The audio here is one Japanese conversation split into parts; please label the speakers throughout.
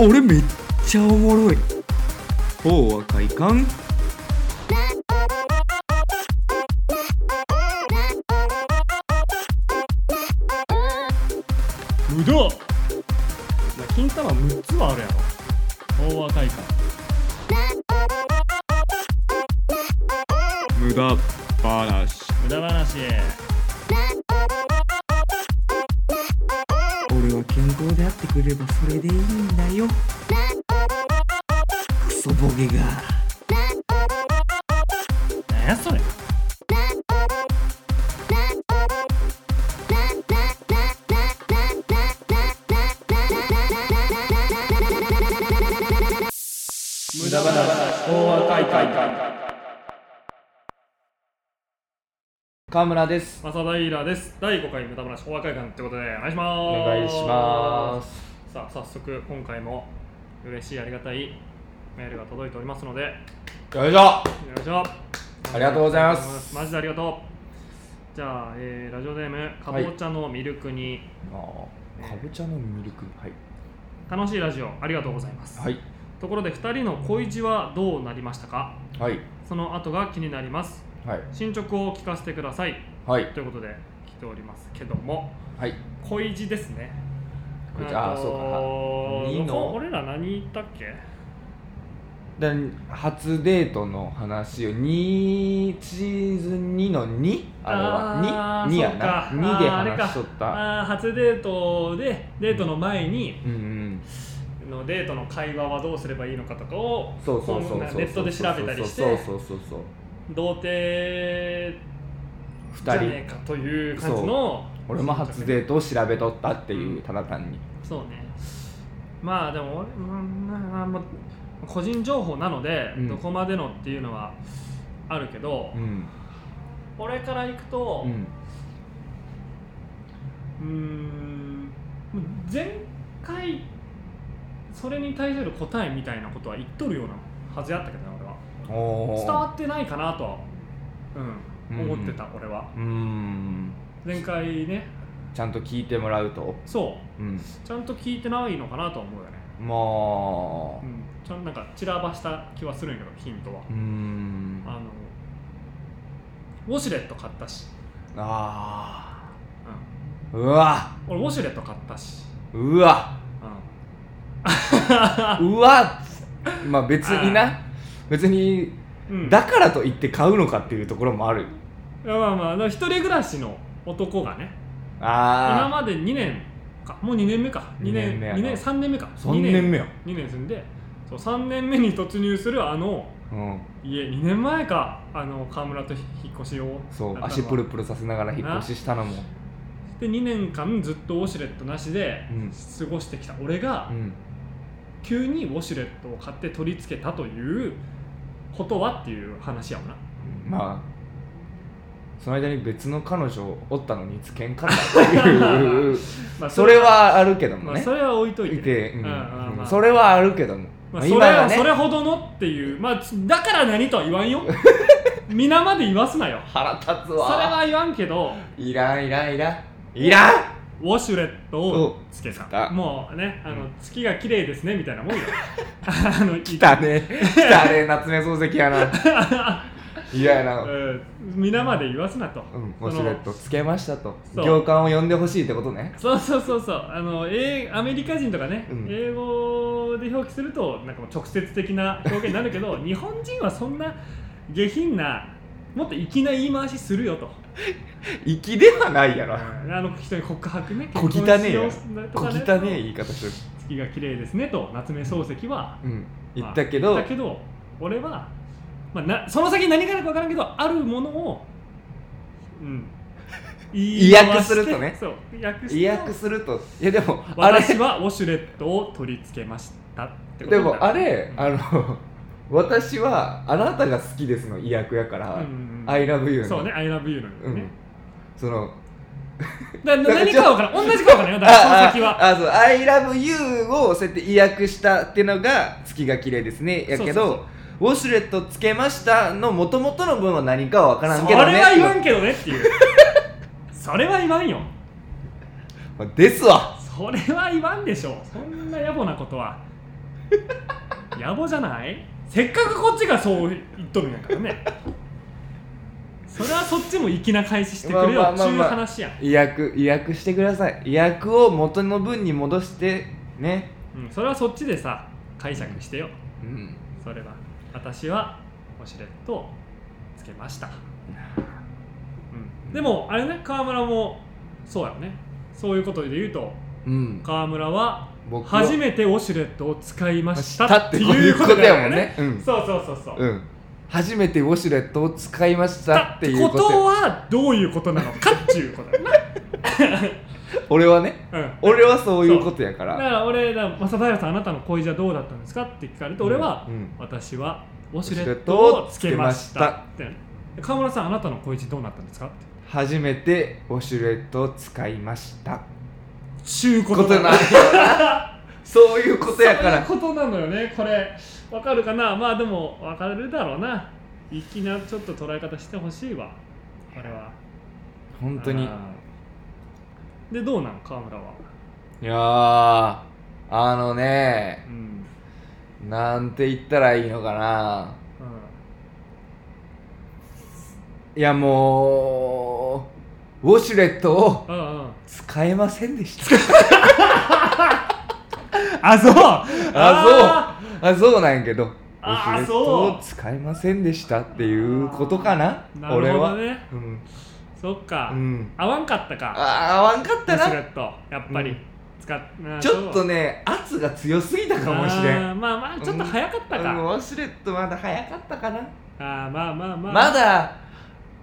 Speaker 1: 俺めっちゃおもろいほうは快感
Speaker 2: 無駄お前金玉6つはあるやろ大赤いか
Speaker 1: 無駄話
Speaker 2: 無駄話
Speaker 1: 俺は健康であってくれればそれでいいんだよクソボケが
Speaker 2: なんやそれ無駄話大赤いか
Speaker 3: 川村です
Speaker 2: 浅田イラです第5回無駄話大赤いかってことでお願いします
Speaker 3: お願いします
Speaker 2: すさあ早速今回も嬉しいありがたいメールが届いておりますのでよ
Speaker 3: よいしょ
Speaker 2: いしょ
Speaker 3: ありがとうございます
Speaker 2: マジでありがとうじゃあ、えーラジオネームかぼちゃのミルクに、
Speaker 3: あーかぼちゃのミルクはい
Speaker 2: 楽しいラジオありがとうございます、
Speaker 3: はい
Speaker 2: ところで2人の恋路はどうなりましたか
Speaker 3: はい
Speaker 2: その後が気になります
Speaker 3: はい
Speaker 2: 進捗を聞かせてください
Speaker 3: はい
Speaker 2: ということで来ておりますけども
Speaker 3: はい
Speaker 2: 恋路ですね
Speaker 3: こいつああ
Speaker 2: と
Speaker 3: そうかいい
Speaker 2: どこ
Speaker 3: の
Speaker 2: 俺ら何言ったっけ
Speaker 3: で初デートの話を2シーズン2の2あ
Speaker 2: あー
Speaker 3: れは 2, 2や
Speaker 2: そっか
Speaker 3: な2で
Speaker 2: あーあれか
Speaker 3: 話しとった
Speaker 2: あー初デートでデートの前に、
Speaker 3: うんうん
Speaker 2: のデートの会話はどうすればいいのかとかを
Speaker 3: そうそうそうそう
Speaker 2: こうネットで調べたりして
Speaker 3: そうそうそうそう
Speaker 2: 童貞じゃ
Speaker 3: 2人
Speaker 2: ねえかという感じの
Speaker 3: 俺も初デートを調べとったっていうただ単に
Speaker 2: そうねまあでも俺うんなあんま個人情報なので、
Speaker 3: うん
Speaker 2: どこまでのっていうのはあるけど、
Speaker 3: うん
Speaker 2: 俺から行くと
Speaker 3: うん
Speaker 2: うーん前回それに対する答えみたいなことは言っとるようなはずやったけどね俺は
Speaker 3: おー
Speaker 2: 伝わってないかなとは、うん、
Speaker 3: うん
Speaker 2: 思ってた、俺は
Speaker 3: うーん
Speaker 2: 前回ね
Speaker 3: ちゃんと聞いてもらうと
Speaker 2: そう
Speaker 3: うん
Speaker 2: ちゃんと聞いてないのかなとは思うよね、
Speaker 3: ま
Speaker 2: う
Speaker 3: あ
Speaker 2: ん、ちゃんなんか散らばした気はするんやけどヒントは、
Speaker 3: うーん
Speaker 2: あのウォシュレット買ったし、
Speaker 3: あ
Speaker 2: う
Speaker 3: ーうわ
Speaker 2: ん、俺ウォシュレット買ったし、
Speaker 3: うわ
Speaker 2: う
Speaker 3: うわまあ別にな別に
Speaker 2: んうん、
Speaker 3: だからといって買うのかっていうところもある
Speaker 2: いやまあまあだから一人暮らしの男がね今
Speaker 3: あ
Speaker 2: まで2年かもう2年目か2
Speaker 3: 二年
Speaker 2: 年
Speaker 3: 目やな
Speaker 2: 二年3年目か
Speaker 3: あ3年
Speaker 2: 目
Speaker 3: 目よ、
Speaker 2: 2年住んでそう3年目に突入するあの
Speaker 3: うん、
Speaker 2: 家2年前かあの川村と引っ越しを
Speaker 3: そう
Speaker 2: やった
Speaker 3: 足
Speaker 2: のは
Speaker 3: プルプルさせながら引っ越ししたのも
Speaker 2: で2年間ずっとウォシュレットなしで
Speaker 3: うん
Speaker 2: 過ごしてきた俺が
Speaker 3: うん
Speaker 2: 急にウォシュレットを買って取り付けたということはっていう話やもんな
Speaker 3: まあその間に別の彼女おったのにつけんかったって いう
Speaker 2: まあ
Speaker 3: それ、はあるけど
Speaker 2: ま
Speaker 3: も
Speaker 2: あ、
Speaker 3: ね、
Speaker 2: それは置いといて
Speaker 3: いて、
Speaker 2: う
Speaker 3: うん
Speaker 2: んうんまあ
Speaker 3: それはあるけども、
Speaker 2: まあ、
Speaker 3: まあ
Speaker 2: それ
Speaker 3: 今はね
Speaker 2: それほどのっていう、まあ、つだから何とは言わん よ皆まで言わすなよ
Speaker 3: 腹立つ
Speaker 2: それ
Speaker 3: わ
Speaker 2: は言わんけど
Speaker 3: いらんいらんいらんいらん
Speaker 2: ウォシュレットをつけ
Speaker 3: つけた
Speaker 2: たもうねあの、
Speaker 3: うん
Speaker 2: 月が綺麗ですねみたいな もんよあの
Speaker 3: 来たね来たね夏目漱石や な嫌やな
Speaker 2: うん皆まで言わすなと、
Speaker 3: うん、ウォシュレットつけましたと
Speaker 2: そう
Speaker 3: 行間を呼んでほしいってことね
Speaker 2: そうそうそうそうあの英アメリカ人とかね、
Speaker 3: うん
Speaker 2: 英語で表記するとなんかもう直接的な表現になるけど日本人はそんな下品なもっと粋な言い回しするよと
Speaker 3: 粋ではないやろ
Speaker 2: あの人に告白ね
Speaker 3: 小汚ねえよ
Speaker 2: 結婚しようと
Speaker 3: 小汚
Speaker 2: かね
Speaker 3: ねえ言い方する、
Speaker 2: 月が綺麗ですねと夏目漱石は
Speaker 3: うん、言
Speaker 2: まあ
Speaker 3: ったけど、
Speaker 2: 言ったけど俺は、まあ、なその先何があるか分からんけどあるものを うん
Speaker 3: 意訳するとね
Speaker 2: そう意訳す
Speaker 3: 意訳するといやでもあれ
Speaker 2: 私はウォシュレットを取り付けましたってこと
Speaker 3: で
Speaker 2: になる
Speaker 3: もあれ
Speaker 2: うん
Speaker 3: あの私はあなたが好きですの意訳やか
Speaker 2: うんう
Speaker 3: ら、
Speaker 2: んうん
Speaker 3: I love you の
Speaker 2: そうね、I love you な
Speaker 3: うんん、
Speaker 2: ね。
Speaker 3: その
Speaker 2: だから何かは分からん、同じか分からんよ、だからその
Speaker 3: あ
Speaker 2: 先は。
Speaker 3: ああそう「I love you」をそうやって意訳したっていうのが「月が綺麗ですね」やけど
Speaker 2: そうそう
Speaker 3: ウォシュレットつけました」のもともとの部分は何かは分からん
Speaker 2: そ
Speaker 3: け
Speaker 2: れ
Speaker 3: ど
Speaker 2: は
Speaker 3: ね
Speaker 2: 言わんけどねっていう。それは言わんよ。
Speaker 3: まあですわ
Speaker 2: それは言わんでしょうそんな野暮なことは野暮じゃないせっかくこっちがそう言っとるんやからねそれはそっちも粋な返ししてくれよ
Speaker 3: まあ
Speaker 2: っ
Speaker 3: まあ
Speaker 2: ちゅ
Speaker 3: まあ
Speaker 2: う
Speaker 3: まあ
Speaker 2: 話やん、
Speaker 3: 違約違約してください違約を元の分に戻してね
Speaker 2: うん、それはそっちでさ解釈してよ
Speaker 3: うん
Speaker 2: それは私はウォシュレットをつけました、うん、でもあれね川村もそうやろねそういうことで言うと
Speaker 3: うん
Speaker 2: 川村は
Speaker 3: 僕は
Speaker 2: 初めてウォシュレットを使いまし
Speaker 3: した
Speaker 2: た
Speaker 3: っ
Speaker 2: ってて
Speaker 3: こう
Speaker 2: いうこと
Speaker 3: いうこと
Speaker 2: だ
Speaker 3: やも
Speaker 2: よ
Speaker 3: んね
Speaker 2: ね
Speaker 3: うん
Speaker 2: そうそうそうそう、
Speaker 3: うん初めてウォシュレットを使いました
Speaker 2: だ
Speaker 3: っ
Speaker 2: ってて
Speaker 3: いう
Speaker 2: こ
Speaker 3: こととよ
Speaker 2: はどういうことなのかっていうことだよ ね、
Speaker 3: 俺はね
Speaker 2: うん、
Speaker 3: 俺はそういうことやか
Speaker 2: だからら俺ら「正平さんあなたの恋じゃどうだったんですか?」って聞かれて俺は
Speaker 3: うんうん
Speaker 2: 「私はウォシュレットをつけました」って「川村さんあなたの恋路どうなったんですか?」って
Speaker 3: 初めてウォシュレットを使いました
Speaker 2: ちゅうこ
Speaker 3: ことと
Speaker 2: だ
Speaker 3: なんやなそういうことやから
Speaker 2: そういうことなのよねこれわかるかなまあでもわかるだろうな粋なちょっと捉え方してほしいわこれは
Speaker 3: 本当に
Speaker 2: あーでどうなん川村は、
Speaker 3: いやーあのね
Speaker 2: うん
Speaker 3: なんて言ったらいいのかな
Speaker 2: うん
Speaker 3: いやもうウォシュレットを
Speaker 2: うんうん、
Speaker 3: 使えませんでした
Speaker 2: あそうあ
Speaker 3: あそうあそうなんやけどウォシュ
Speaker 2: あ
Speaker 3: レ
Speaker 2: ー
Speaker 3: ットを使えませんでしたっていうことかな
Speaker 2: な
Speaker 3: 俺
Speaker 2: るほ
Speaker 3: は
Speaker 2: どね
Speaker 3: うん、
Speaker 2: そっか、
Speaker 3: うん、
Speaker 2: 合わんかったか
Speaker 3: ああ合わんかっ
Speaker 2: ウォ
Speaker 3: た
Speaker 2: シュレ
Speaker 3: な
Speaker 2: ットやっぱり、
Speaker 3: うん
Speaker 2: 使っうん
Speaker 3: ちょっと
Speaker 2: ね
Speaker 3: ね圧が強すぎたかもしれん
Speaker 2: あーまあまあちょっと早かったか、
Speaker 3: うんウォシュレットまだ早かったかな、
Speaker 2: あーまあまあまあ
Speaker 3: まだ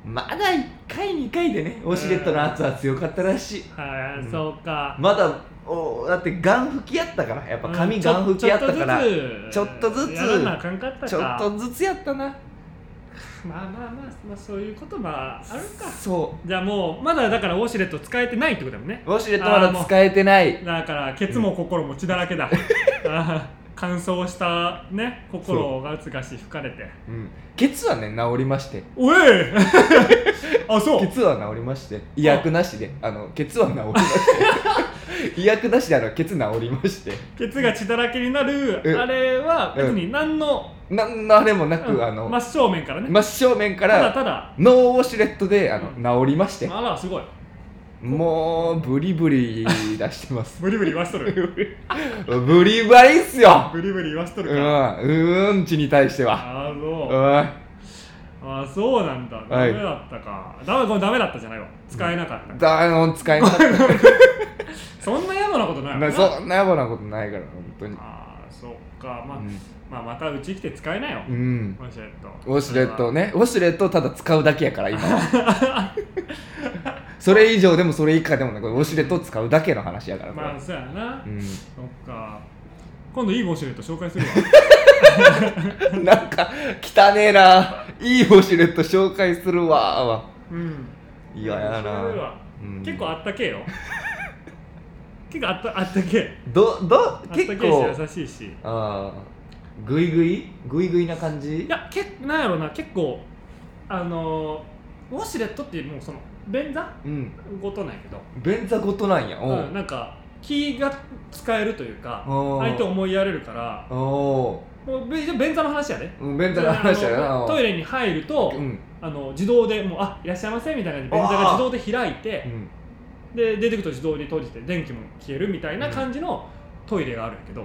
Speaker 3: まだ1回2回でねウォシュレットの圧は強かったらしい
Speaker 2: あ
Speaker 3: う
Speaker 2: ー
Speaker 3: ん
Speaker 2: そうか、
Speaker 3: まだおだってガン拭きやったからやっぱ
Speaker 2: う
Speaker 3: 髪
Speaker 2: んちょ
Speaker 3: ガン拭きやったから、
Speaker 2: ちょっとずつ
Speaker 3: ちょっとずつ
Speaker 2: やらなあかんかったか
Speaker 3: ちょっとずつやったな
Speaker 2: まあまあまあ、まあ、そういうことまああるか
Speaker 3: そ
Speaker 2: じゃあもうまだだからウォシュレット使えてないってことだもんね
Speaker 3: うウォシュレットまだ使えてない
Speaker 2: だからケツも心も血だらけ だ、あー乾燥したね心がうつがし吹かれて
Speaker 3: うんケツはね治りまして
Speaker 2: おえ あそ
Speaker 3: ケ
Speaker 2: う
Speaker 3: ツは治りまして医薬なしであのケツは治りまして 医薬なしであのケツ治りまして
Speaker 2: ケツが血だらけになる
Speaker 3: え
Speaker 2: あれは別に何の、
Speaker 3: なんのあれもなく、
Speaker 2: うん
Speaker 3: あの
Speaker 2: 真正面からね
Speaker 3: 真正面か
Speaker 2: ただ
Speaker 3: ら
Speaker 2: ただ
Speaker 3: ノーウォシュレットであの、
Speaker 2: うん
Speaker 3: 治りまして
Speaker 2: あらすごい
Speaker 3: もうブリブリ出してます
Speaker 2: ブリブリ言わし とる
Speaker 3: ブリバリっすよ
Speaker 2: ブリブリ言わしと
Speaker 3: う
Speaker 2: る
Speaker 3: んう
Speaker 2: か、
Speaker 3: ーんちに対しては
Speaker 2: あ
Speaker 3: う
Speaker 2: そうんあそうなんだダ
Speaker 3: はい
Speaker 2: メだったか、ダメこれダメだったじゃないわ使えなかった、
Speaker 3: だあの使いなか った
Speaker 2: そんなやぼなことない
Speaker 3: な
Speaker 2: わ
Speaker 3: そんなやばなことないから本当に
Speaker 2: あーそっかまあ、
Speaker 3: うん
Speaker 2: まあまたうち来て使えなよ、
Speaker 3: う
Speaker 2: ウ
Speaker 3: ん
Speaker 2: ォシュレット
Speaker 3: ウォシュレットをねウォシュレットをただ使うだけやから 今はそれ以上でもそれ以下でもなくウォシュレットを使うだけの話やからこれ
Speaker 2: まあそうやな、
Speaker 3: う
Speaker 2: そっか今度いいウォシュレット紹介 するわ
Speaker 3: ん、なんか汚ねえないいウォシュレット紹介するわーわ
Speaker 2: うん
Speaker 3: 嫌や
Speaker 2: 面白いわ
Speaker 3: な、うん
Speaker 2: 結構あったけえよ 結構あったあったけえ
Speaker 3: どど
Speaker 2: あったけえ
Speaker 3: 結
Speaker 2: し
Speaker 3: 構
Speaker 2: 優しいし
Speaker 3: ああグイグイグイグイな感じ
Speaker 2: いやけなんやろな結構あのーウォシュレットってもうその便座
Speaker 3: うん
Speaker 2: ごとなんやけど、
Speaker 3: 便座ごとなんやお
Speaker 2: うん、
Speaker 3: う
Speaker 2: なんか気が使えるというか
Speaker 3: おう
Speaker 2: 相手を思いやれるから
Speaker 3: お
Speaker 2: もうべじゃあ便座の話やね
Speaker 3: ううん便座の話や
Speaker 2: あの
Speaker 3: な
Speaker 2: トイレに入ると、
Speaker 3: うん
Speaker 2: あの自動でもうあいらっしゃいませみたいな感じで便座が自動で開いて
Speaker 3: うん
Speaker 2: で出てくると自動に閉じて電気も消えるみたいな感じのトイレがあるんやけど、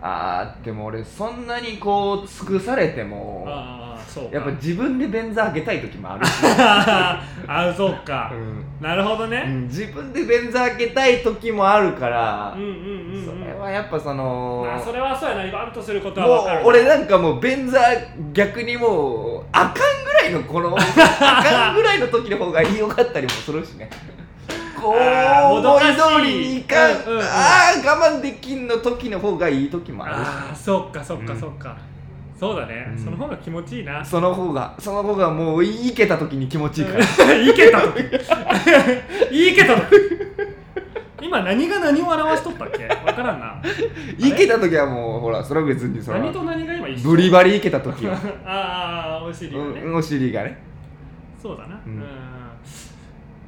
Speaker 3: あーでも俺そんなにこう尽くされても
Speaker 2: ああそうか
Speaker 3: やっぱ自分で便座開けたい時もあるし、
Speaker 2: あーそうか、
Speaker 3: うん
Speaker 2: なるほど
Speaker 3: う
Speaker 2: ね、
Speaker 3: ん自分で便座開けたい時もあるから
Speaker 2: うん、、うんうんうん
Speaker 3: それはやっぱその、
Speaker 2: まあそれはそうやな言わんとすることは
Speaker 3: も
Speaker 2: わかる
Speaker 3: う俺なんかもう便座逆にもうあかんぐらいのこのあかんぐらいの時の方が良かったりもするしねこう
Speaker 2: あーもど
Speaker 3: 思
Speaker 2: かしい
Speaker 3: い通りにいかん、
Speaker 2: うんうんうん
Speaker 3: ああ我慢できんの時の方がいい時もあるし
Speaker 2: ああそっかそっか
Speaker 3: うん
Speaker 2: そっか、そうだね、
Speaker 3: うん
Speaker 2: その方が気持ちいいな
Speaker 3: その方がその方がもういけた時に気持ちいい から
Speaker 2: いけた時いけた時今何が何を表しとったっけわからんなれ
Speaker 3: いけた時はもうほらそれは別にそ
Speaker 2: 何
Speaker 3: の
Speaker 2: と何が今一緒
Speaker 3: ブリバリいけた 時は
Speaker 2: ああお尻がね、
Speaker 3: うんお尻がね
Speaker 2: そうだなう、
Speaker 3: うんん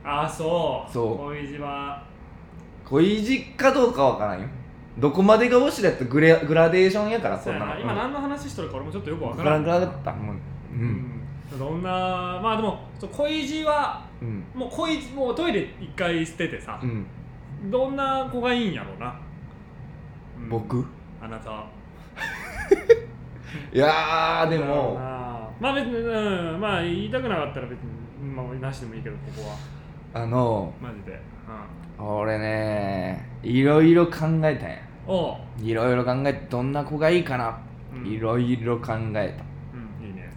Speaker 2: ああそう
Speaker 3: そう
Speaker 2: 恋路は
Speaker 3: 恋路かどうかわからんよどこまでがオシレットグレグラデーションやから
Speaker 2: そ
Speaker 3: そ
Speaker 2: うんや
Speaker 3: な
Speaker 2: な
Speaker 3: の
Speaker 2: 今
Speaker 3: うん
Speaker 2: 何の話しとるか俺もちょっとよくわ
Speaker 3: グ
Speaker 2: か
Speaker 3: ラ
Speaker 2: ら
Speaker 3: グ
Speaker 2: ん
Speaker 3: ラだったもんう
Speaker 2: うんんどんなまあでもそう恋路は
Speaker 3: うん
Speaker 2: もう恋路もうトイレ一回捨ててさ
Speaker 3: う、ん
Speaker 2: どんな子がいいんやろうな、うん
Speaker 3: 僕
Speaker 2: あなた
Speaker 3: いやーで
Speaker 2: うん
Speaker 3: も
Speaker 2: まあ別に、うん、まあ言いたくなかったら別に、まあ、なしでもいいけどここは
Speaker 3: あの
Speaker 2: マジで、うん、
Speaker 3: 俺ねいろいろ考えたんや
Speaker 2: おう、
Speaker 3: いろいろ考えてどんな子がいいかな
Speaker 2: うん、
Speaker 3: いろいろ考え
Speaker 2: うん、いいね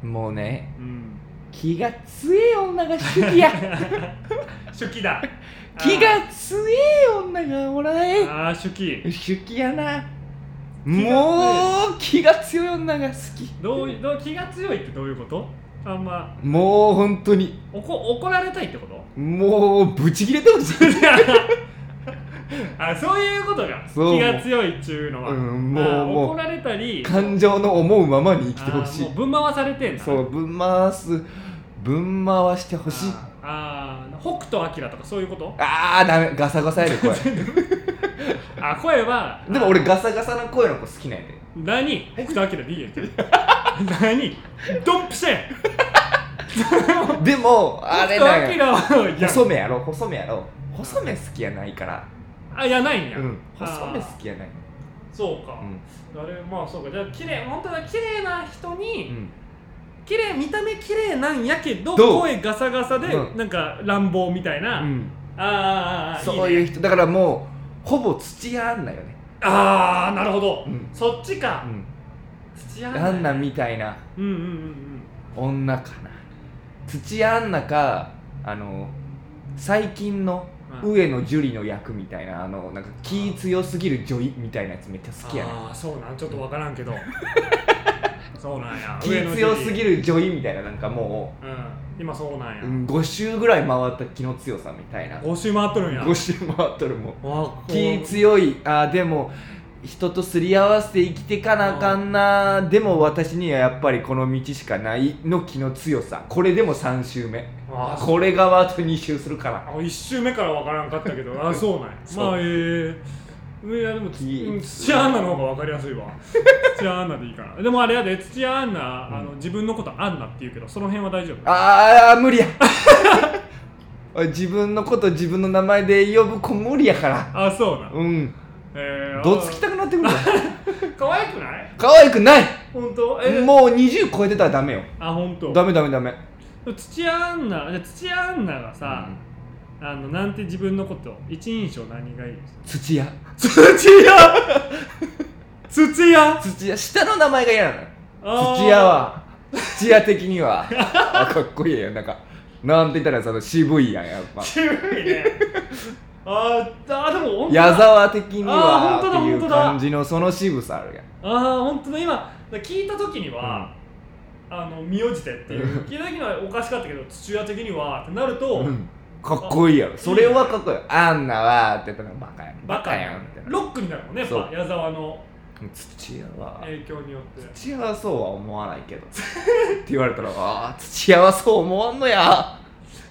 Speaker 3: たもうね
Speaker 2: うん
Speaker 3: 気が強え女が好 きや
Speaker 2: 初期だ
Speaker 3: 気が強え女がおらえ
Speaker 2: あーあー初期
Speaker 3: 好きやな
Speaker 2: 強い
Speaker 3: もう気が強い女が好き
Speaker 2: どういどう気が強いってどういうことあんま
Speaker 3: もう本当に
Speaker 2: おこ怒られたいってこと
Speaker 3: もうブチ切れてほしい、
Speaker 2: あそういうことが
Speaker 3: そう
Speaker 2: 気が強いっちゅうのは、
Speaker 3: うん、も
Speaker 2: あー
Speaker 3: うも
Speaker 2: 怒
Speaker 3: う
Speaker 2: られたり
Speaker 3: 感情の思うままに生きてほし
Speaker 2: あー
Speaker 3: い
Speaker 2: もうぶん回されてんだ
Speaker 3: そうぶん回すぶん回してほしい
Speaker 2: あーあー北斗晶とかそういうこと
Speaker 3: あーダメガサガサやで声
Speaker 2: あ声は
Speaker 3: でも俺ガサガサな声の子好きなんやで
Speaker 2: 何北斗晶でいいやん何ドンピシャやん
Speaker 3: でもあれ
Speaker 2: 北
Speaker 3: なん
Speaker 2: 斗
Speaker 3: や
Speaker 2: 晶はやん
Speaker 3: 細めやろ細めやろ細め好きやないから
Speaker 2: あいやないんや、
Speaker 3: うん
Speaker 2: あー
Speaker 3: 細め好きやない
Speaker 2: そうか、あれまあそうかじゃあ綺麗本当だ綺麗な人
Speaker 3: う
Speaker 2: に、
Speaker 3: ん
Speaker 2: 綺麗見た目綺麗なんやけど
Speaker 3: どう
Speaker 2: 声ガサガサで、
Speaker 3: うん
Speaker 2: なんか乱暴みたいな、
Speaker 3: うん
Speaker 2: あーあーあー
Speaker 3: そう
Speaker 2: い
Speaker 3: い
Speaker 2: ね
Speaker 3: う人だからもうほぼ土屋アンナよね
Speaker 2: ああなるほど、
Speaker 3: うん
Speaker 2: そっちか、
Speaker 3: うん
Speaker 2: 土屋
Speaker 3: アンナ
Speaker 2: うん
Speaker 3: みたいな
Speaker 2: うんうんうん
Speaker 3: 女かな土屋アンナかあの最近の
Speaker 2: うん
Speaker 3: 上野樹里の役みたいなあのなんか気強すぎる女医みたいなやつめっちゃ好きやね
Speaker 2: ああそうなんちょっとわからんけど そうなん や
Speaker 3: 気強すぎ
Speaker 2: る、
Speaker 3: る女医みたいななんかも
Speaker 2: うん、今そうなんや、
Speaker 3: う、うん、5周ぐらい回った気の強さみたいな
Speaker 2: 5周回っとるんや
Speaker 3: 5周回っとるもん
Speaker 2: あ
Speaker 3: 気
Speaker 2: い
Speaker 3: 強いあーでも人とすり合わせて生きてかなあかんなでも私にはやっぱりこの道しかないの気の強さこれでも3周目
Speaker 2: あー
Speaker 3: これがあと2周するかな
Speaker 2: あ1周目からわからんかったけどあそうなんや
Speaker 3: そう
Speaker 2: まあええいやでもつ
Speaker 3: いい
Speaker 2: うん土屋アンナの方がわかりやすい わ土屋アンナでいいからでもあれやで土屋アンナ、あの自分のことアンナって言うけどその辺は大丈夫
Speaker 3: あー無理や おい自分のこと自分の名前で呼ぶ子無理やから
Speaker 2: あそうなん、
Speaker 3: うん
Speaker 2: えー、
Speaker 3: どつきたくなってくるわ
Speaker 2: あ可愛くない
Speaker 3: 可愛くない
Speaker 2: 本当え
Speaker 3: もう20超えてたらダメよ
Speaker 2: あ本当
Speaker 3: ダメダメダメ
Speaker 2: 土屋アンナじゃあ土屋アンナがさ、あのなんて自分のこと一印象何がいいですか
Speaker 3: 土屋
Speaker 2: 土屋土屋
Speaker 3: 土屋下の名前が嫌なのよ
Speaker 2: あー
Speaker 3: 土屋は土屋的にはあかっこいいやんなんかなんて言ったらその渋いやんやっぱ
Speaker 2: 渋い ねあーあでも本当だ
Speaker 3: 矢沢的には
Speaker 2: あー本当
Speaker 3: っ
Speaker 2: だ
Speaker 3: てい
Speaker 2: 本当
Speaker 3: う
Speaker 2: だ
Speaker 3: 感じのその渋さあるやん
Speaker 2: ああ本当だ今だから聞いた時には、あの名字でって いう聞いた時にはおかしかったけど父親的にはってなると、
Speaker 3: うんかっこいいやろそれはかっこいいアンナはって言ったらバカやん
Speaker 2: バカや
Speaker 3: やん
Speaker 2: ん
Speaker 3: って
Speaker 2: ロックになるもんねやっ
Speaker 3: そう
Speaker 2: ぱ矢沢の
Speaker 3: 土屋は
Speaker 2: 影響によって
Speaker 3: 土屋はそうは思わないけどって言われたらあー土屋はそう思わんのや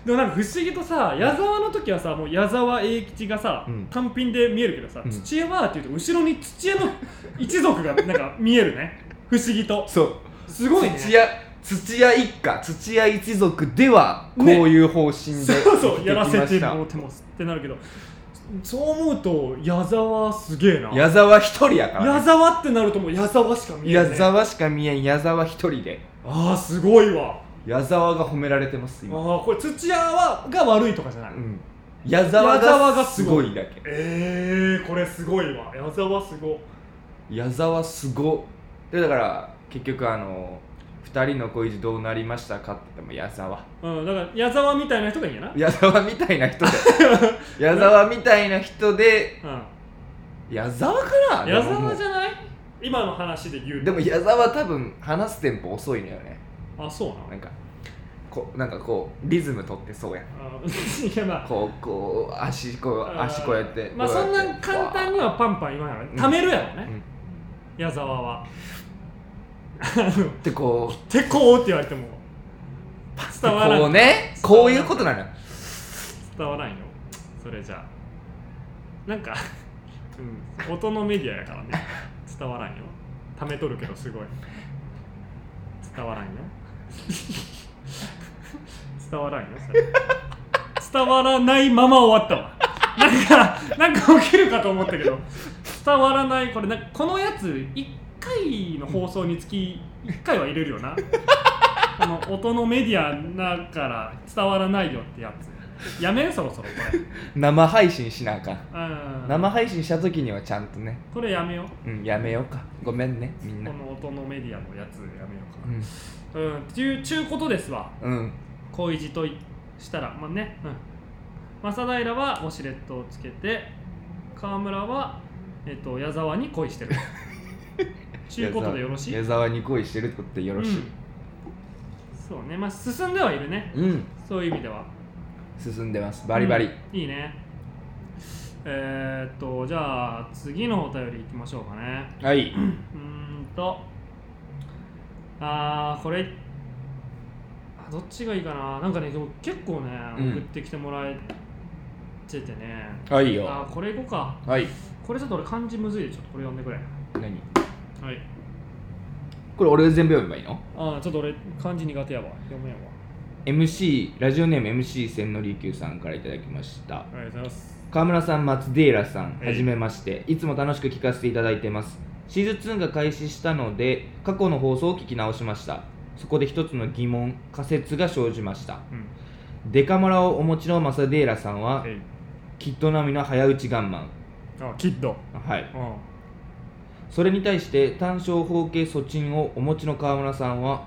Speaker 2: でもなんか不思議とさ矢沢の時はさもう矢沢永吉がさ、
Speaker 3: うん
Speaker 2: 単品で見えるけどさ、
Speaker 3: うん
Speaker 2: 土屋はっていうと後ろに土屋の一族がなんか見えるね不思議と
Speaker 3: そう
Speaker 2: すごいね
Speaker 3: 土屋土屋一家土屋一族ではこういう方針で、
Speaker 2: そうそうやらせ
Speaker 3: 生き
Speaker 2: て
Speaker 3: きま
Speaker 2: もうてますってなるけどそう思うと矢沢すげえな
Speaker 3: 矢沢一人やから、
Speaker 2: 矢
Speaker 3: ね、
Speaker 2: 沢ってなるともう矢沢しか見え
Speaker 3: 矢
Speaker 2: ない、
Speaker 3: 沢しか見えん矢沢一人で
Speaker 2: ああすごいわ
Speaker 3: 矢沢が褒められてます
Speaker 2: あ
Speaker 3: 今、
Speaker 2: ーこれ土屋はが悪いとかじゃない、
Speaker 3: うん、矢沢
Speaker 2: 矢沢
Speaker 3: が
Speaker 2: がす
Speaker 3: すご
Speaker 2: ごい
Speaker 3: いだけ
Speaker 2: ええー、これすごいわ矢沢すご
Speaker 3: 矢沢すごでだから結局あの二人の恋路どうなりましたかって言っても矢沢
Speaker 2: うんだから矢沢みたいな人がいいんやな
Speaker 3: 矢沢みたいな人 で矢沢みたいな人で
Speaker 2: う
Speaker 3: 矢沢かなん
Speaker 2: 矢沢じ
Speaker 3: ゃ
Speaker 2: ゃない今の話で言う
Speaker 3: で
Speaker 2: と
Speaker 3: も矢沢多分話すテンポ遅いのよね
Speaker 2: あそうなの
Speaker 3: なんかこうなんかこうリズム取ってそうやん
Speaker 2: あーいやまあ
Speaker 3: こうこう足こう足こうやって
Speaker 2: まあそんな簡単にはパンパン言わないためるやろね、
Speaker 3: うん
Speaker 2: 矢沢はあの
Speaker 3: ってこう
Speaker 2: てこうって言われても伝わら
Speaker 3: こ
Speaker 2: な
Speaker 3: う
Speaker 2: い
Speaker 3: ねこういうことなのよ
Speaker 2: 伝わらんよそれじゃあなんか うん、音のメディアやからね伝わらんよためとるけどすごい伝わらんよ伝わらんよそれ伝わらないまま終わったわなんかなんか起きるかと思ったけど伝わらないこれなんかこのやつ1回の放送につき1回は入れるよなこの音のメディアだから伝わらないよってやつやめんそろそろ これ
Speaker 3: 生配信しなあかん
Speaker 2: うん
Speaker 3: 生配信した時にはちゃんとね
Speaker 2: これやめよう
Speaker 3: うんやめようかごめんねみんな
Speaker 2: この音のメディアのやつやめようか
Speaker 3: う
Speaker 2: な。
Speaker 3: ん
Speaker 2: うん、ちゅうちゅうことですわ、
Speaker 3: うん
Speaker 2: 恋路といしたら、まあね、うん。正平はウォシュレットをつけて、川村は、えっと、矢沢に恋 してる。ちゅうことでよろしい
Speaker 3: 矢沢に恋してるってことでよろし
Speaker 2: う
Speaker 3: い
Speaker 2: んそうね、まあ進んではいるね、
Speaker 3: うん、
Speaker 2: そういう意味では。
Speaker 3: 進んでますバリバリ、
Speaker 2: うんいいね。えーっと、じゃあ次のお便りいきましょうかね。
Speaker 3: はい、
Speaker 2: うーんとあーこれあどっちがいいかななんかねでも結構ね
Speaker 3: うん
Speaker 2: 送ってきてもらえててね、
Speaker 3: はい
Speaker 2: あ
Speaker 3: よ
Speaker 2: ーこれいこうか
Speaker 3: はい
Speaker 2: これちょっと俺漢字むずいでちょっとこれ読んでくれは
Speaker 3: 何
Speaker 2: い
Speaker 3: これ俺全部読めばいいの
Speaker 2: あーちょっと俺漢字苦手やわ読めんわ
Speaker 3: MC ラジオネーム MC 千利休さんからいただきました
Speaker 2: ありがとうございます
Speaker 3: 川村さん松平さん
Speaker 2: えい
Speaker 3: はじめましていつも楽しく聞かせていただいてますシーズン2が開始したので過去の放送を聞き直しましたそこで一つの疑問仮説が生じました
Speaker 2: うん
Speaker 3: デカモラをお持ちの正平さんは
Speaker 2: はい
Speaker 3: キッド並みの早打ちガンマン
Speaker 2: あキッド
Speaker 3: はい
Speaker 2: うん
Speaker 3: それに対して単小方形素鎮をお持ちの川村さんは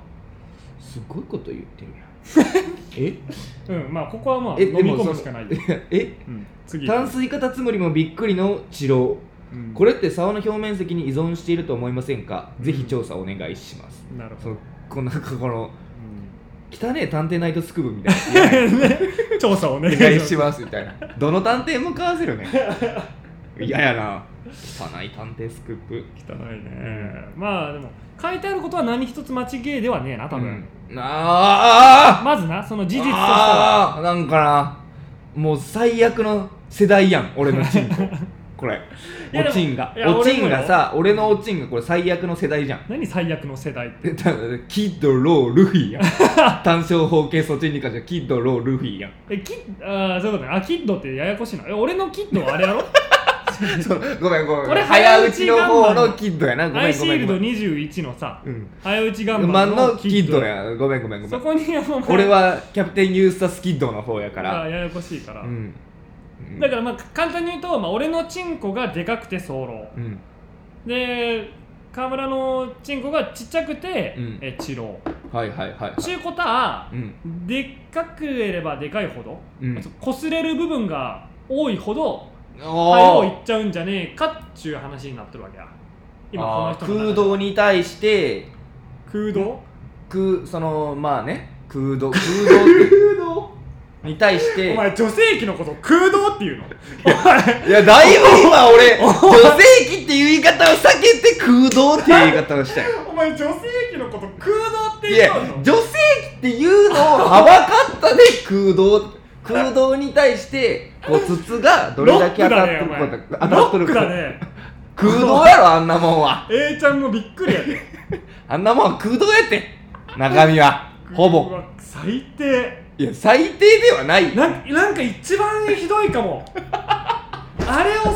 Speaker 3: すごいこと言ってる
Speaker 2: うん、まあここはまあ
Speaker 3: え
Speaker 2: 飲み
Speaker 3: で
Speaker 2: 込
Speaker 3: も
Speaker 2: むしかないよ、
Speaker 3: やんえ え
Speaker 2: うん、次
Speaker 3: 炭水化タツムリもびっくりの治療
Speaker 2: うん
Speaker 3: これって竿の表面積に依存していると思いませんかぜひ調査お願いします、
Speaker 2: なるほ
Speaker 3: そ
Speaker 2: ど
Speaker 3: うこのなんかこの
Speaker 2: うん
Speaker 3: 汚ねえ探偵ナイトスクープみたいな
Speaker 2: 調査をお願
Speaker 3: お
Speaker 2: い
Speaker 3: 願い
Speaker 2: し
Speaker 3: し
Speaker 2: ま
Speaker 3: ますみたいなどの探偵も買わせるね嫌やな汚い探偵スクープ
Speaker 2: す汚いねまあでも書いてあることは何一つ間違いではねえな多分、
Speaker 3: うんあー
Speaker 2: まずな、その事実としては。
Speaker 3: あーなんかなもう最悪の世代やん俺 のチンコこれ
Speaker 2: いやでも
Speaker 3: おちんが
Speaker 2: いや
Speaker 3: おちんがさ俺のおちんがこれ最悪の世代じゃん
Speaker 2: 何最悪の世代って。
Speaker 3: でたキッド・ロー・ルフィやん 単勝方形そっちに関してはキッド・ロー・ルフィやん
Speaker 2: え、キッ、あーそういうことね。あ、キッドってややこしいな。え、俺のキッドはあれやろ
Speaker 3: そうごめんごめん
Speaker 2: これ
Speaker 3: 早打ちの
Speaker 2: 早打
Speaker 3: 方
Speaker 2: ちガンマン
Speaker 3: のキッドや なご
Speaker 2: ア
Speaker 3: め
Speaker 2: イ
Speaker 3: ん
Speaker 2: シ
Speaker 3: ごめ
Speaker 2: ー
Speaker 3: ん
Speaker 2: ル
Speaker 3: ご
Speaker 2: ド
Speaker 3: めん
Speaker 2: 21のさ、
Speaker 3: うん
Speaker 2: 早打ちガン
Speaker 3: マ
Speaker 2: マ
Speaker 3: ン
Speaker 2: ン
Speaker 3: の
Speaker 2: の
Speaker 3: キ
Speaker 2: キ
Speaker 3: ッ
Speaker 2: ッ
Speaker 3: ド
Speaker 2: ド。
Speaker 3: やごめんごめんごめ
Speaker 2: そ
Speaker 3: ん
Speaker 2: こにお前
Speaker 3: 俺はキャプテン・ユースタス・キッドの方やから
Speaker 2: あややこしいから。
Speaker 3: うん
Speaker 2: だからまあ簡単に言うと、まあ、俺のチンコがでかくて早漏
Speaker 3: うん
Speaker 2: で河村のチンコがちっちゃくて、
Speaker 3: うん
Speaker 2: えチロ
Speaker 3: はいはいはいはい
Speaker 2: ちゅうことは
Speaker 3: うん
Speaker 2: でっかくればでかいほど
Speaker 3: うん
Speaker 2: こすれる部分が多いほど早
Speaker 3: お
Speaker 2: う
Speaker 3: ー
Speaker 2: 行っちゃうんじゃねえかっちゅう話になってるわけや今こ
Speaker 3: あ
Speaker 2: の
Speaker 3: ー
Speaker 2: 人
Speaker 3: 空
Speaker 2: 洞
Speaker 3: 洞に対して
Speaker 2: 空洞
Speaker 3: 空そのまあね空 洞空洞って
Speaker 2: 空洞
Speaker 3: に対して
Speaker 2: お前女性器のこと空洞っていうのお前
Speaker 3: いやだいぶ今俺女性器っていう言い方を避けて空洞っていう言い方をしたよ
Speaker 2: お前女性器のこと空洞って
Speaker 3: い
Speaker 2: 言
Speaker 3: や
Speaker 2: うの
Speaker 3: 女性器っていうのをはばかったで空洞空洞に対してこう筒がどれだけ当たってる
Speaker 2: ロ
Speaker 3: か
Speaker 2: ック
Speaker 3: 当
Speaker 2: だね
Speaker 3: たって
Speaker 2: ロッ
Speaker 3: る
Speaker 2: ク
Speaker 3: か
Speaker 2: だね
Speaker 3: 空洞やろあんなもんは
Speaker 2: A ちゃんもびっくりやで
Speaker 3: あんなもんは空洞やって中身はほ
Speaker 2: う
Speaker 3: ぼ
Speaker 2: わ最低
Speaker 3: いや最低ではない
Speaker 2: なんなんか一番ひどいかもあれを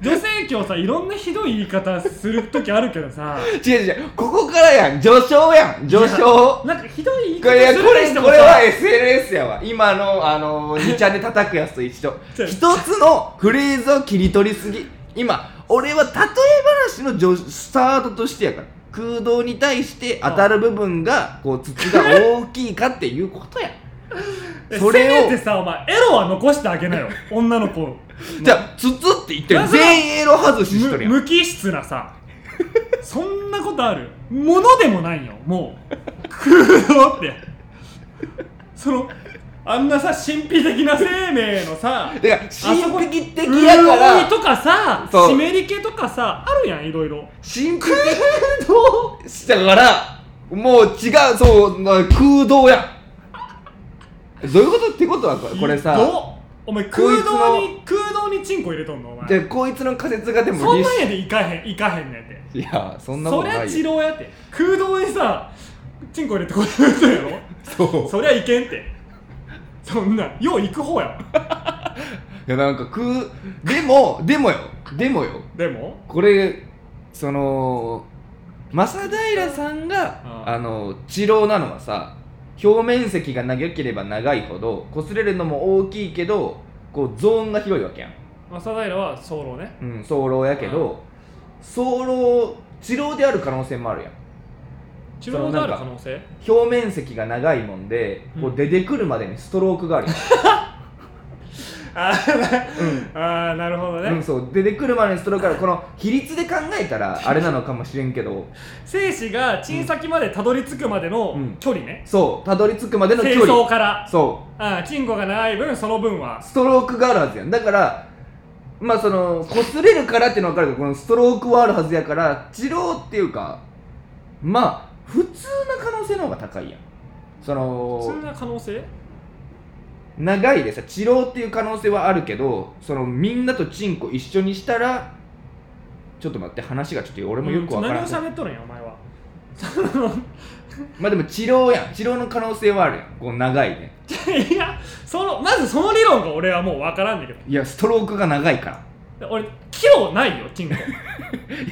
Speaker 2: 女性器をさいろんなひどい言い方する時あるけどさ
Speaker 3: 違う違うここからやん序章やん序章
Speaker 2: なんかひどい言い
Speaker 3: こ
Speaker 2: 方
Speaker 3: れ
Speaker 2: す
Speaker 3: こ
Speaker 2: るに
Speaker 3: れ
Speaker 2: しても
Speaker 3: これ
Speaker 2: さ
Speaker 3: は SNS やわ今のあの2ちゃんで叩くやつと一緒
Speaker 2: ちょ
Speaker 3: 一つのフレーズを切り取りすぎ今俺は例え話の序スタートとしてやから空洞に対して当たる部分がこう筒が大きいかっていうことやそ
Speaker 2: そ
Speaker 3: れ
Speaker 2: れ
Speaker 3: を
Speaker 2: せめてさお前エロは残してあげなよ女の 子
Speaker 3: じゃあ筒って言ってる
Speaker 2: なぜな
Speaker 3: 全エロ外ししとる
Speaker 2: 無
Speaker 3: やん
Speaker 2: 無機質なさそんなことあるものでもないよもう空洞ってそのあんなさ神秘的な生命のさ
Speaker 3: だから
Speaker 2: あそこ
Speaker 3: 神秘的やか
Speaker 2: 潤
Speaker 3: ら
Speaker 2: いとかさ
Speaker 3: そう
Speaker 2: 湿り気とかさあるやんいろいろ
Speaker 3: 神秘的したからもう違うそう空洞やどういうことってことはこれこれさ
Speaker 2: ひどっお前
Speaker 3: こい
Speaker 2: 空
Speaker 3: つの
Speaker 2: 洞に空洞にチンコ入れとんのお前
Speaker 3: じゃあこいつの仮説がでも
Speaker 2: そん
Speaker 3: 立
Speaker 2: なん
Speaker 3: 証
Speaker 2: やでいかへんいかへんねんて
Speaker 3: いやそんなこと
Speaker 2: そり
Speaker 3: な
Speaker 2: ゃ
Speaker 3: い
Speaker 2: 治
Speaker 3: よ
Speaker 2: 療やって空洞にさチンコ入れてこうやってやろ
Speaker 3: そう
Speaker 2: そりゃいけんってそんなんよう行く方やん
Speaker 3: いやなんかくでもでもよでもよ
Speaker 2: でも
Speaker 3: これその正平さんが
Speaker 2: うん
Speaker 3: あの治療なのはさ表面積が長ければ長いほど擦れるのも大きいけどこうゾーンが広いわけやん
Speaker 2: 正平は早漏ね
Speaker 3: うん早漏やけど早漏治療である可能性もあるやん
Speaker 2: 治療がある可能性
Speaker 3: 表面積が長いもんでこ
Speaker 2: う
Speaker 3: うん出てくるまでにストロークがあるやん
Speaker 2: あー
Speaker 3: うん
Speaker 2: あーなるほどね、
Speaker 3: うん、そう出てくるまでにストロークがあるこの比率で考えたらあれなのかもしれんけど
Speaker 2: 精子が鎮先までたどり着くまでの
Speaker 3: うん
Speaker 2: 距離ね、
Speaker 3: そうたどり着くまでの距
Speaker 2: 精
Speaker 3: 離
Speaker 2: 巣から
Speaker 3: そ
Speaker 2: あーチンコが長い分その分は
Speaker 3: うストロークがあるはずやんだからまあその擦れるからっていうのは分かるけどこのストロークはあるはずやから治療っていうかまあ普通な可能性の方が高いやんその
Speaker 2: そんな可能性
Speaker 3: 長いでさ治療っていう可能性はあるけどそのみんなとチンコ一緒にしたらちょっと待って話がちょっと俺もよくわから、
Speaker 2: うんん何を喋っとるんやお前は
Speaker 3: まあでも治療やん治療の可能性はあるやんこう長いね
Speaker 2: いやそのまずその理論が俺はもう分からんだけど
Speaker 3: いやストロークが長いから
Speaker 2: 俺キロないよ チンコ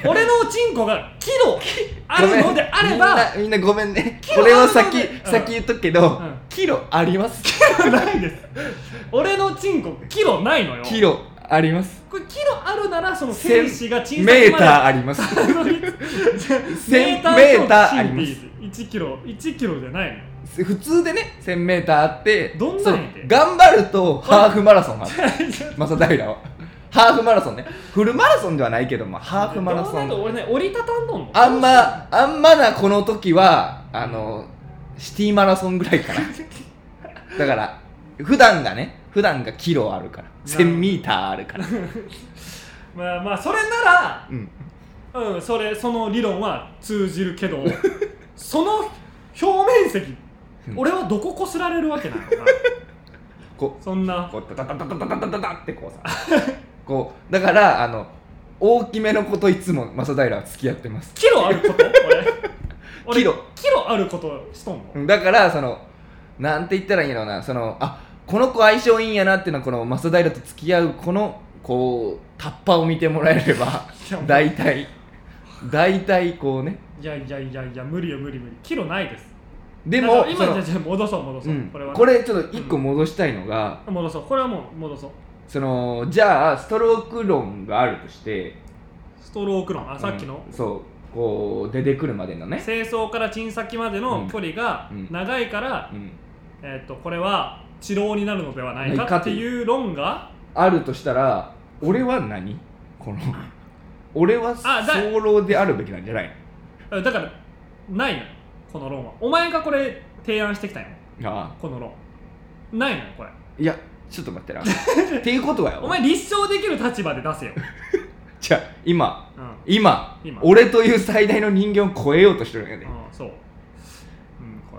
Speaker 2: 俺のチンコがキロあるのであれば
Speaker 3: みんなみんなごめんね
Speaker 2: キロ
Speaker 3: これを
Speaker 2: あ
Speaker 3: 先
Speaker 2: るのでうん
Speaker 3: 先言っとくけど、
Speaker 2: うん
Speaker 3: キロあります
Speaker 2: キロないです俺のチンコキロないのよ
Speaker 3: キロあります
Speaker 2: これキロあるならその精子が小さくま
Speaker 3: メ
Speaker 2: で
Speaker 3: ーターあります
Speaker 2: メ
Speaker 3: 千
Speaker 2: ーター
Speaker 3: メーターあります
Speaker 2: 1キロ1キロじゃないの
Speaker 3: 普通でね 1000m あって
Speaker 2: どんなんやて
Speaker 3: そう頑張るとハーフマラソンある正平はハーフマラソンねフルマラソンではないけど、まあ、ハーフ マラソ
Speaker 2: どうなる
Speaker 3: ン
Speaker 2: 俺ね折りたたんどんの
Speaker 3: あんまあんまなこの時はあのシティマラソンぐらい かなだから普段がね普段がキロあるから
Speaker 2: なるほど
Speaker 3: 1000m あ るから
Speaker 2: まあまあそれな
Speaker 3: うん
Speaker 2: らうんそれその理論は通じるけ どその表面積
Speaker 3: うん
Speaker 2: 俺はどここすられるわけなのかな
Speaker 3: こ
Speaker 2: そんな
Speaker 3: こうタタタタタタタタタってこうさ こうだからあの大きめのこといつも正平は付き合ってます
Speaker 2: キロあること俺
Speaker 3: キロ
Speaker 2: キロあることしとんの、
Speaker 3: うんだからそのなんて言ったらいいんやろうなそのあこの子相性いいんやなっていうのはこの正平と付き合うこのこうタッパを見てもらえれば
Speaker 2: いやもう
Speaker 3: 大体大体こうね
Speaker 2: いやいやいやいや無理よ無理無理キロないです
Speaker 3: で
Speaker 2: だ
Speaker 3: も
Speaker 2: から
Speaker 3: その
Speaker 2: 今じゃあ戻そう戻そう、
Speaker 3: うん
Speaker 2: これはね、
Speaker 3: これちょっと一個戻したいのが、
Speaker 2: 戻そうこれはもう戻そう
Speaker 3: そのじゃあストローク論があるとして
Speaker 2: ストローク論あさっきの
Speaker 3: うん、そうこう出てくるまでのね、
Speaker 2: 清掃から鎮先までの距離が
Speaker 3: うん
Speaker 2: 長いから、
Speaker 3: うん、
Speaker 2: えっとこれは治療になるのではないかっていう論が
Speaker 3: あるとしたら俺は何この俺は
Speaker 2: あだ
Speaker 3: 早漏であるべきなんじゃない
Speaker 2: だからないのよこの論はお前がこれ提案してきたよ
Speaker 3: のあ
Speaker 2: この論ないのよこれ
Speaker 3: あいやちょっと待ってなっていうことはよ
Speaker 2: お前立証できる立場で出せよ、
Speaker 3: じゃあ今
Speaker 2: うん
Speaker 3: 今
Speaker 2: 今
Speaker 3: 俺という最大の人間を超えようとしてるんやで、
Speaker 2: う
Speaker 3: っ
Speaker 2: ん、そううんこ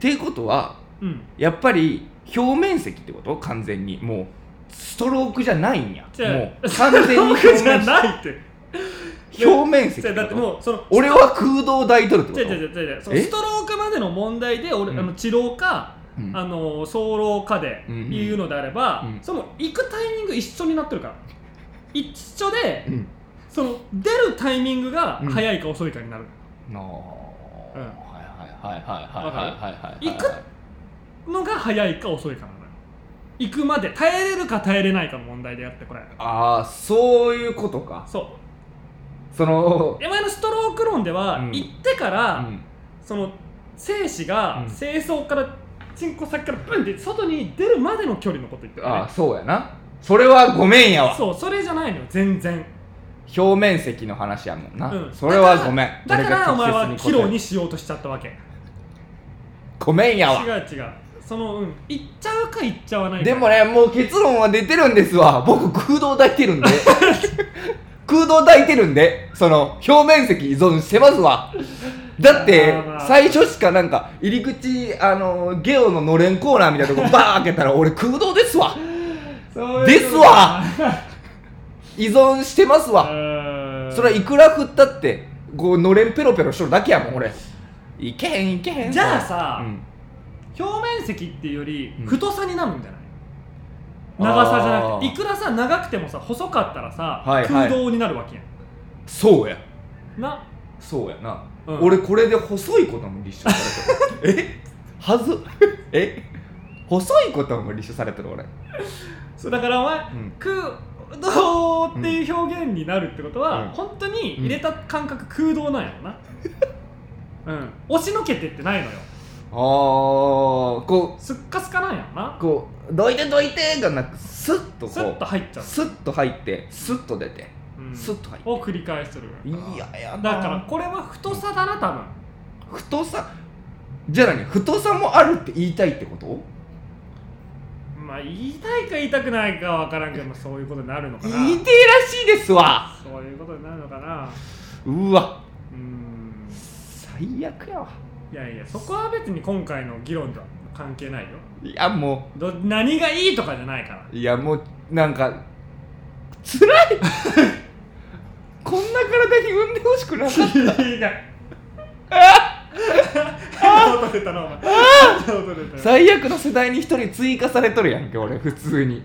Speaker 3: ていうことは
Speaker 2: れうん
Speaker 3: やっぱり表面積ってこと完全にもうストロークじゃないんや
Speaker 2: じゃあ
Speaker 3: もう完全に表面積
Speaker 2: じゃないって
Speaker 3: 表面積
Speaker 2: じゃあだって
Speaker 3: う
Speaker 2: もうその
Speaker 3: 俺は空洞大取るって
Speaker 2: 違う
Speaker 3: こと
Speaker 2: 違う違う違うその
Speaker 3: え
Speaker 2: ストロークまでの問題で俺、
Speaker 3: うん
Speaker 2: あの治療か、
Speaker 3: うん
Speaker 2: あの早漏かで
Speaker 3: うんうん
Speaker 2: いうのであれば、
Speaker 3: うん
Speaker 2: その行くタイミング一緒になってるから一緒で、
Speaker 3: うん
Speaker 2: その出るタイミングが早いか遅いかになる、
Speaker 3: なあ
Speaker 2: うん
Speaker 3: はいはいはいはい
Speaker 2: わかる
Speaker 3: はいはいはいはい
Speaker 2: 行くのが早いか遅いかなのよ行くまで耐えれるか耐えれないかの問題であってこれ
Speaker 3: ああそういうことか
Speaker 2: そう
Speaker 3: そ
Speaker 2: お
Speaker 3: の
Speaker 2: 前のストローク論では、
Speaker 3: うん
Speaker 2: 行ってから、
Speaker 3: うん
Speaker 2: その精子が
Speaker 3: うん
Speaker 2: 精巣からチンコ先からブンって外に出るまでの距離のこと言ってるね
Speaker 3: ああそうやなそれはごめんやわ
Speaker 2: そうそれじゃないのよ全然
Speaker 3: 表面積の話やもんな、
Speaker 2: うん
Speaker 3: それはごめん
Speaker 2: だか
Speaker 3: 俺
Speaker 2: ら
Speaker 3: が
Speaker 2: お前は
Speaker 3: 適
Speaker 2: キ
Speaker 3: 切に答え
Speaker 2: ロにしようとしちゃったわけ違
Speaker 3: ごめんやわ
Speaker 2: う違うそのうん行っちゃうか行っちゃわないか
Speaker 3: でもねもう結論は出てるんですわ僕空洞抱いてるん で空洞抱いてるんでその表面積依存してますわだって
Speaker 2: まあまあ
Speaker 3: 最初しかなんか入り口あのゲオののれんコーナーみたいなと こバー開けたら俺空洞ですわ
Speaker 2: そういうこと
Speaker 3: ですわ依存してま す
Speaker 2: う
Speaker 3: わ
Speaker 2: ーん
Speaker 3: それはいくら振ったってこうのれんペロペロしとるだけやもん俺いけへんいけへん
Speaker 2: じゃあ
Speaker 3: それ
Speaker 2: さ
Speaker 3: うん
Speaker 2: 表面積っていうより
Speaker 3: うん
Speaker 2: 太さになるんじゃない、
Speaker 3: あー
Speaker 2: 長さじゃなくていくらさ長くてもさ細かったらさ、
Speaker 3: はいは
Speaker 2: 空
Speaker 3: い
Speaker 2: 洞になるわけやん
Speaker 3: そうや
Speaker 2: な
Speaker 3: そうやな、
Speaker 2: うん
Speaker 3: 俺これで細いことも立証され てるえはずえ細いことも立証されてる俺
Speaker 2: そうだからお前
Speaker 3: うん
Speaker 2: 空洞っていう表現になるってことは、
Speaker 3: うん
Speaker 2: 本当に入れた感覚空洞なんやろ な、うん、押しのけてってないのよ
Speaker 3: あーこ
Speaker 2: すっかすかなんやろ
Speaker 3: う
Speaker 2: な
Speaker 3: こう「どいてどいて」がなくスッとこう
Speaker 2: スッと入っちゃう、
Speaker 3: スッと入ってスッと出て、
Speaker 2: うん
Speaker 3: スッと入って
Speaker 2: を繰り返してる
Speaker 3: いやや
Speaker 2: だ
Speaker 3: な
Speaker 2: からこれは太さだな多分
Speaker 3: 太さじゃあ何太さもあるって言いたいってこと
Speaker 2: まあ言いたいか言いたくないかわからんけど、まあ、そういうことになるのかな
Speaker 3: 言いてえらしいですわ
Speaker 2: そういうことになるのかな
Speaker 3: うわ
Speaker 2: うーん
Speaker 3: 最悪やわ
Speaker 2: いやいやそこは別に今回の議論とは関係ないよ
Speaker 3: いやも
Speaker 2: ど何がいいとかじゃないから
Speaker 3: ういやもうなんかつらい こんな体に産んでほしくなかった
Speaker 2: いや変な音出たなお前変な音出たよ
Speaker 3: 最悪の世代に一人追加されとるやんけ俺普通に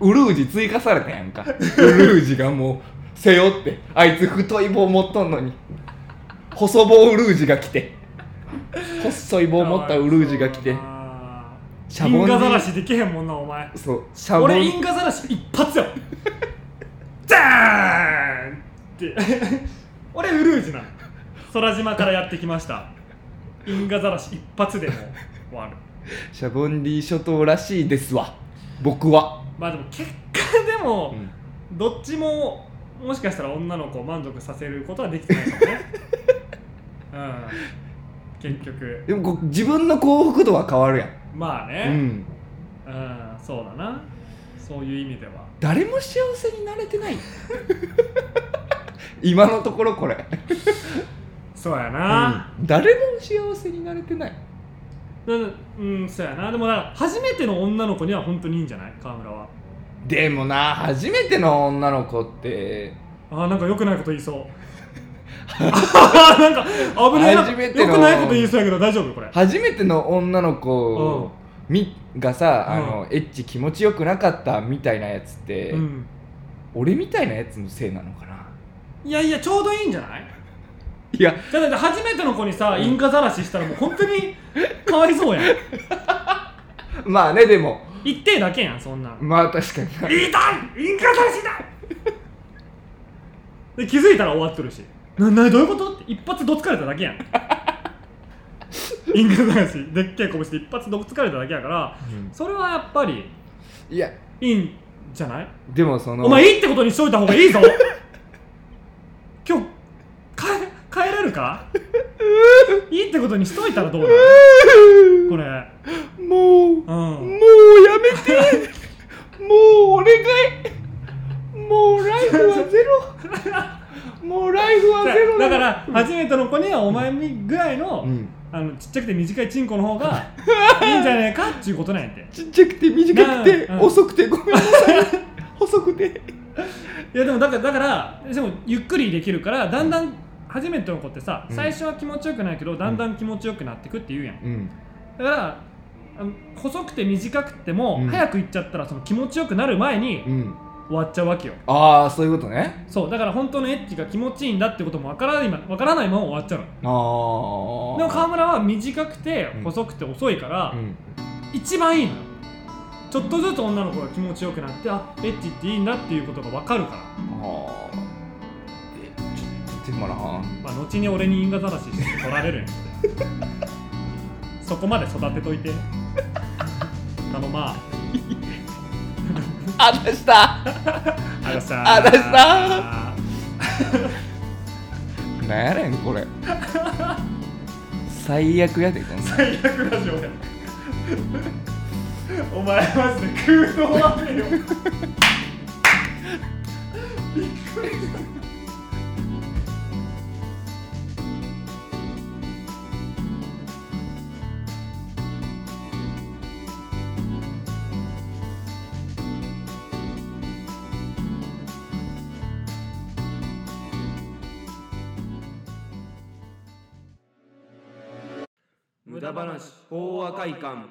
Speaker 3: ウルージ追加されたやんかウルージがもう背負ってあいつ太い棒持っとんのに細棒ウルージが来て細い棒持ったウルージが来て
Speaker 2: あー
Speaker 3: シャボン
Speaker 2: インガザラ
Speaker 3: に
Speaker 2: シできへんもんなお前
Speaker 3: そうシャボ
Speaker 2: 俺イン
Speaker 3: ン
Speaker 2: ガザラシ一発よザーンって俺ウルージなの空島からやってきましたインガザラシ一発でもう終わる
Speaker 3: シャボンディ諸島らしいですわ僕は、
Speaker 2: まあでも結果でも
Speaker 3: うん
Speaker 2: どっちももしかしたら女の子を満足させることはできてないかも ねうん結局
Speaker 3: でもこう自分の幸福度は変わるやん、
Speaker 2: まあ
Speaker 3: う
Speaker 2: ね
Speaker 3: ん、
Speaker 2: うん、そうだなそういう意味では
Speaker 3: 誰も幸せになれてない今のところこれ
Speaker 2: そうやな
Speaker 3: 誰も幸せになれてない
Speaker 2: うん、うん、そうやなでもなんか初めての女の子には本当にいいんじゃない川村は
Speaker 3: でもな初めての女の子って
Speaker 2: あーなんか良くないこと言いそう あーなんか危ないな
Speaker 3: 初め
Speaker 2: 良
Speaker 3: ての
Speaker 2: くないこと言いそうやけど大丈夫これ
Speaker 3: 初めての女の子みがさあの、エッチ気持ちよくなかったみたいなやつって、
Speaker 2: うん
Speaker 3: 俺みたいなやつのせいなのかない
Speaker 2: やいやちょうどいいんじゃない
Speaker 3: いや
Speaker 2: だって初めての子にさインカザラシしたらもう本当に かわいそうやん
Speaker 3: まあねでも
Speaker 2: 一定だけやんそんなん
Speaker 3: まあ確かにな
Speaker 2: 言いたいインカザラシだで気づいたら終わっとるしななどういうことって一発どつかれただけやんインカザラシでっけえ拳で一発どつかれただけやからそれはやっぱり
Speaker 3: いや
Speaker 2: いいんじゃない
Speaker 3: でもその
Speaker 2: お前いいってことにしといた方がいいぞ今日帰帰れるかいいってことにしといたらどうだこれ
Speaker 3: もう、もう
Speaker 2: うん
Speaker 3: やめてもうお願いもうライフはゼロもうライフはゼロ
Speaker 2: だから初めての子にはお前ぐらいの,、
Speaker 3: うん
Speaker 2: あのちっちゃくて短いチンコの方 がいいんじゃねえかっていうことなんやて
Speaker 3: ちっちゃくて短くて、
Speaker 2: うんうん
Speaker 3: 遅くてごめんなさい細くて
Speaker 2: いやでもだからだからでもゆっくりできるからだんだん初めての子ってさ、
Speaker 3: うん
Speaker 2: 最初は気持ちよくないけどだんだん気持ちよくなってくって言うやん
Speaker 3: うん
Speaker 2: だからあの細くて短くても、
Speaker 3: うん
Speaker 2: 早く行っちゃったらその気持ちよくなる前に
Speaker 3: うん
Speaker 2: 終わっちゃうわけよ
Speaker 3: ああそういうことね
Speaker 2: そうだから本当のエッチが気持ちいいんだってこともわからないまわからないまま終わっちゃうの
Speaker 3: ああ
Speaker 2: でも川村は短くて
Speaker 3: うん
Speaker 2: 細くて遅いから、
Speaker 3: うん
Speaker 2: 一番いいのよちょっとずつ女の子が気持ちよくなってあエッチっていいんだっていうことがわかるから
Speaker 3: ああえちょっとでもな
Speaker 2: まあ後に俺に因果ざらしして取られるんやけど そこまで育てといてあのまあ
Speaker 3: あ出した
Speaker 2: あらさ
Speaker 3: あらさなんやねんこれ最悪やでこんなん
Speaker 2: 最悪ラジオやお前マジで空洞アメよびっくりした
Speaker 4: 無駄話法話会館